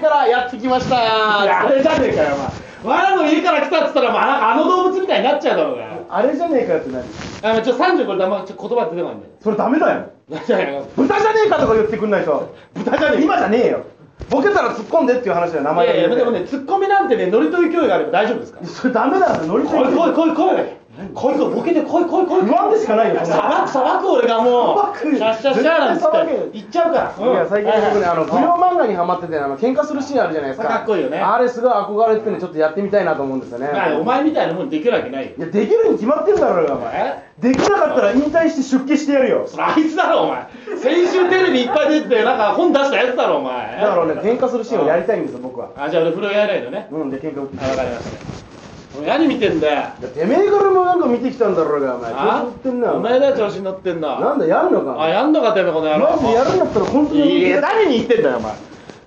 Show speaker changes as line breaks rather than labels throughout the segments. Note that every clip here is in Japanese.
からやってきました
いやあれじゃねえかよお前我の家から来たっつったらお前なんかあの動物みたいになっちゃうだろうが
あれじゃねえかよって何
あのちょ30これ黙っちょ言葉出てこないんだよ
それダメだよ
何だよ
豚じゃねえかとか言ってくんないと
豚じゃねえか
今じゃねえよボケたら突っ込んでっていう話だよ名
い
前
やいや
が
でもねツッコミなんてねノリと勢いがあれば大丈夫ですから
それダメだよ乗り
来い来い来い来い来いぞボケて来い来い来い
不安でしかないよそんな
さばくさばく俺がもう
捌く
シャッシャッシャーなんつ
絶対捌
っ
け
て行っちゃうから、
いや最近僕ねあの不良
良
漫画にハマっててあの喧嘩するシーンあるじゃないですか
かっこいいよね
あれすごい憧れててねちょっとやってみたいなと思うんですよね
お前みたいなもんできるわけないよ
いやできるに決まってんだろうがお前
え
できなかったら引退して出家してやるよ
それあいつだろお前先週テレビいっぱい出ててなんか本出したやつだろお前
だからね喧嘩するシーンをやりたいんですよ僕は
あじゃあ俺風呂やらないのね
うんで喧嘩打って
あわかりました俺何見てんだよ
いやてめえからもなんか見てきたんだろうがお前
あ
調子乗ってんな
お前だ調子に乗ってんな
なんだやんのか
あやんのかてめえこの野郎
マジでやるんだったら本当に
いや誰に言ってんだよお前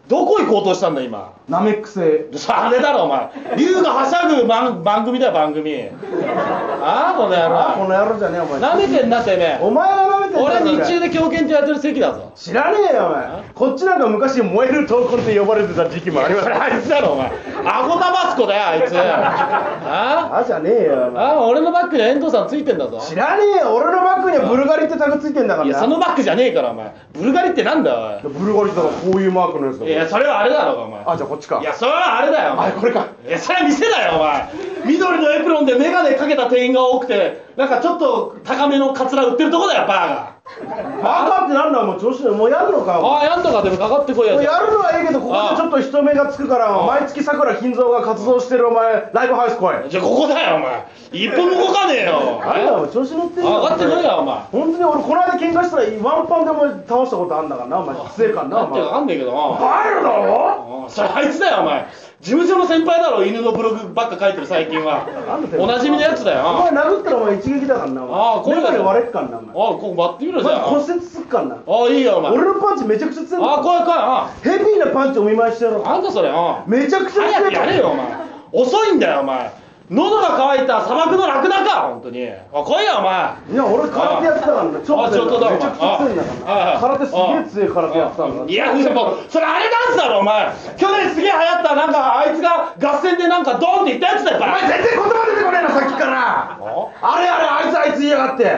どこ行こうとしたんだ今
ナメック星
あれだろお前龍がはしゃぐ番番組だよ番組ああこの
あこ
野
の野郎じゃねえお前
郎なめてんなてめえ
お前が舐めてんだろ
俺
うが
日中で狂犬とやってる席だぞ
知らねえよお前こっちなんか昔燃える闘魂って呼ばれてた時期もありまし
それ
た
あいつだろお前アゴタバスコだよあいつあ
あじゃねえよお
あ
前
ああ俺のバッグに遠藤さんついてんだぞ
知らねえよ俺のバッグにはブルガリってタグついてんだから
いやそのバッグじゃねえからお前ブルガリってなんだよ
ブルガリだからこういうマークのやつ
お
だ
いいやそれはあれだろお前
あじゃあこっちか
いやそれはあれだよお前
あこれか
いやそれは店だよお前緑のエプロンで眼鏡かけた店員が多くてなんかちょっと高めのカツラ売ってるとこだよバ
バカってなんだもう調子でもうやるのか
ー
お前
がああやんとかでもかかってこい
も
や
う
じ
や
ゃん
るのはいいけどここでちょっと人目がつくから毎月さくら金蔵が活動してるお前ライブハウス来い
じゃあここだよお前一歩も動かねえよ
あれだお前調子乗って
上
る
がってこいやお前だ
本当に俺この間喧嘩したらワンパンでお前倒したことあんだからなお前失礼感なお
って
前
わかんねえけどな
バイルだろ
お前それあいつだよお前事務所の先輩だろ犬のブログばっか書いてる最近は
なんだてめえ
おなじみのやつだよ
お前
あ
殴ったらお前一撃だからなお前
ああこれだよ
目が割れっからなお前
ここ割ってみろじゃあ
お前骨折すっからな
あいいよお前
俺のパンチめちゃくちゃ強いんだ
あ
よ
怖い怖いあ
ヘビーなパンチお見舞いしてやろう
なんだそれあ
めちゃくちゃ
早
強
く
い
やれよお前遅いんだよお前喉が渇いた砂漠のラクダか本当にあ来いよお
い
前
や俺空手やってたからなちょっと
ちょっとだお
め
前
ちゃくちゃ強いんだからな
ああ
空手すげえ強い空手やってたんだから
いやでもそれあれダンスだろお前去年すげえ流行ったなんかあいつが合戦でなんかドンっていったやつだよ
お
バ
前
カ
全然言葉出てこねえなさっきから
お
あれあれあいつあいつ言いやがって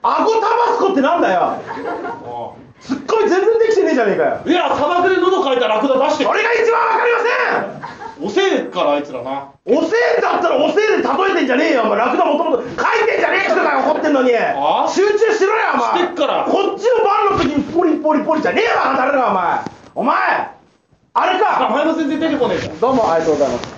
アゴタバスコってなんだよ
お
ツッコミ全然できてねえじゃねえかよ
いや砂漠で喉渇いたラクダ出して
それが一番わかりません
遅えからあいつらな
おせえだったらおせえで例えてんじゃねえよお前ラクダもともと書いてんじゃねえ人が怒ってんのに
あ
集中しろよお前
してっから
こっちの番の時にポリポリポリじゃねえわ誰だお前お前あれ
お
か
前も全然出てこねえじゃん
どうもありがとうございます